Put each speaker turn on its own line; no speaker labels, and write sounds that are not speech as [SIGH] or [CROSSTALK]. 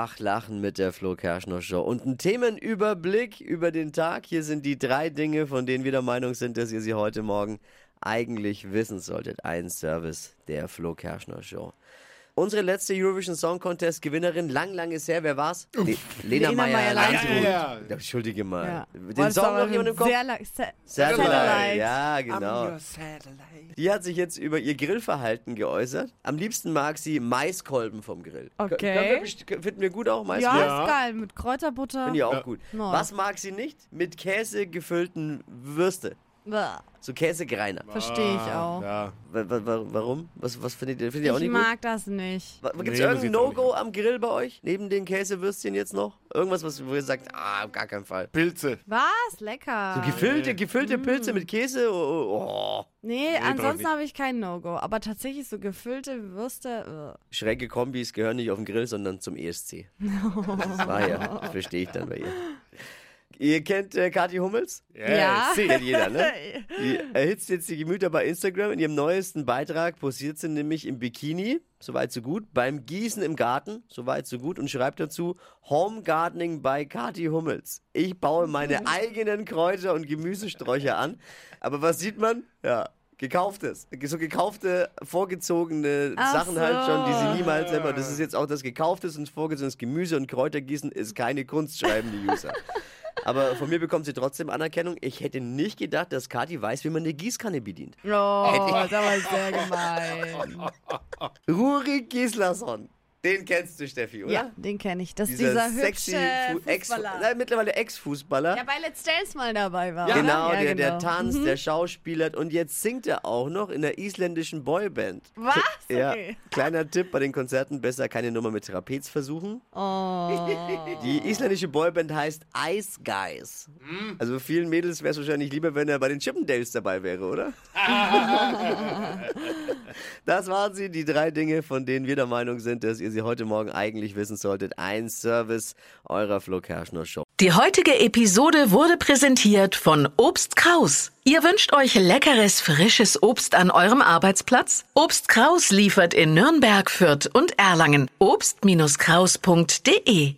Wachlachen mit der Flo Kerschner Show und einen Themenüberblick über den Tag. Hier sind die drei Dinge, von denen wir der Meinung sind, dass ihr sie heute Morgen eigentlich wissen solltet. Ein Service der Flo Kerschner Show. Unsere letzte Eurovision Song Contest Gewinnerin, lang, lang ist her, wer war's? Le Lena
Lena
Meyer.
Meyer-Landrut.
Ja, Entschuldige mal.
Ja.
Den Song noch jemand im Kopf?
Sehr lang- Sa-
Satellite.
Satellite.
Ja, genau.
I'm your satellite.
Die hat sich jetzt über ihr Grillverhalten geäußert. Am liebsten mag sie Maiskolben vom Grill.
Okay.
Können wir best- Finden wir gut auch
Ja,
Maiskolben?
Ja.
ist geil. Mit Kräuterbutter.
Finde ich auch
Ja.
gut.
No.
Was mag sie nicht? Mit Käse gefüllten Würste.
Bäh,
So Käsegreiner.
Verstehe ich
Ah.
auch.
Ja.
Wa- wa- wa- Warum? Was, was findet ihr? Findet ihr auch
Ich
nicht gut?
mag das nicht.
Gibt es
Nee, muss ich
irgendein
jetzt auch
No-Go am Grill bei euch? Neben den Käsewürstchen jetzt noch? Irgendwas, was, wo ihr sagt, ah, auf gar keinen Fall.
Pilze.
Was? Lecker.
Ah,
So gefüllte,
Mm.
gefüllte Pilze mit Käse? Oh, oh.
nee,
brauch ich
ansonsten
nicht.
habe ich kein No-Go. Aber tatsächlich so gefüllte Würste. äh.
Schräge Kombis gehören nicht auf den Grill, sondern zum ESC. Das war ja, das verstehe ich dann bei ihr. Ihr kennt äh, Kathi Hummels?
Ja.
see.
Kennt jeder, Äh, ne?
[LAUGHS]
Die erhitzt jetzt die Gemüter bei Instagram. In ihrem neuesten Beitrag posiert sie nämlich im Bikini, soweit so gut, beim Gießen im Garten, soweit so gut, und schreibt dazu Home Gardening bei Kati Hummels. Ich baue meine eigenen Kräuter und Gemüsesträucher an. Aber was sieht man? Ja. Gekauftes. So gekaufte, vorgezogene
Ach
Sachen halt schon, die
so.
sie niemals selber. Das ist jetzt auch das gekauftes und vorgezogenes Gemüse und Kräutergießen ist keine Kunst, schreiben die
[LAUGHS]
User. Aber von mir bekommt sie trotzdem Anerkennung. Ich hätte nicht gedacht, dass Kati weiß, wie man eine Gießkanne bedient.
Oh, das
[LAUGHS]
war sehr gemein.
Ruri Gislason. Den kennst du, Steffi, oder?
Ja, den kenne ich. Das ist dieser,
sexy
hübsche
Fu- Ex
Fußballer.
Nein, mittlerweile Ex-Fußballer.
der bei Let's Dance mal dabei war. oder?
Genau,
ja,
der, der
genau.
tanzt, der schauspielert und jetzt singt er auch noch in der isländischen Boyband.
Was?
Ja,
Okay.
kleiner Tipp bei den Konzerten, besser keine Nummer mit Trapez versuchen.
Oh.
Die isländische Boyband heißt Ice Guys. Also vielen Mädels wäre es wahrscheinlich lieber, wenn er bei den Chippendales dabei wäre, oder? das waren sie, die drei Dinge, von denen wir der Meinung sind, dass ihr sie heute Morgen eigentlich wissen solltet. Ein Service eurer Flo Kerschner Show.
Die heutige Episode wurde präsentiert von Obst Kraus. Ihr wünscht euch leckeres, frisches Obst an eurem Arbeitsplatz? Obst Kraus liefert in Nürnberg, Fürth und Erlangen. Obst-Kraus.de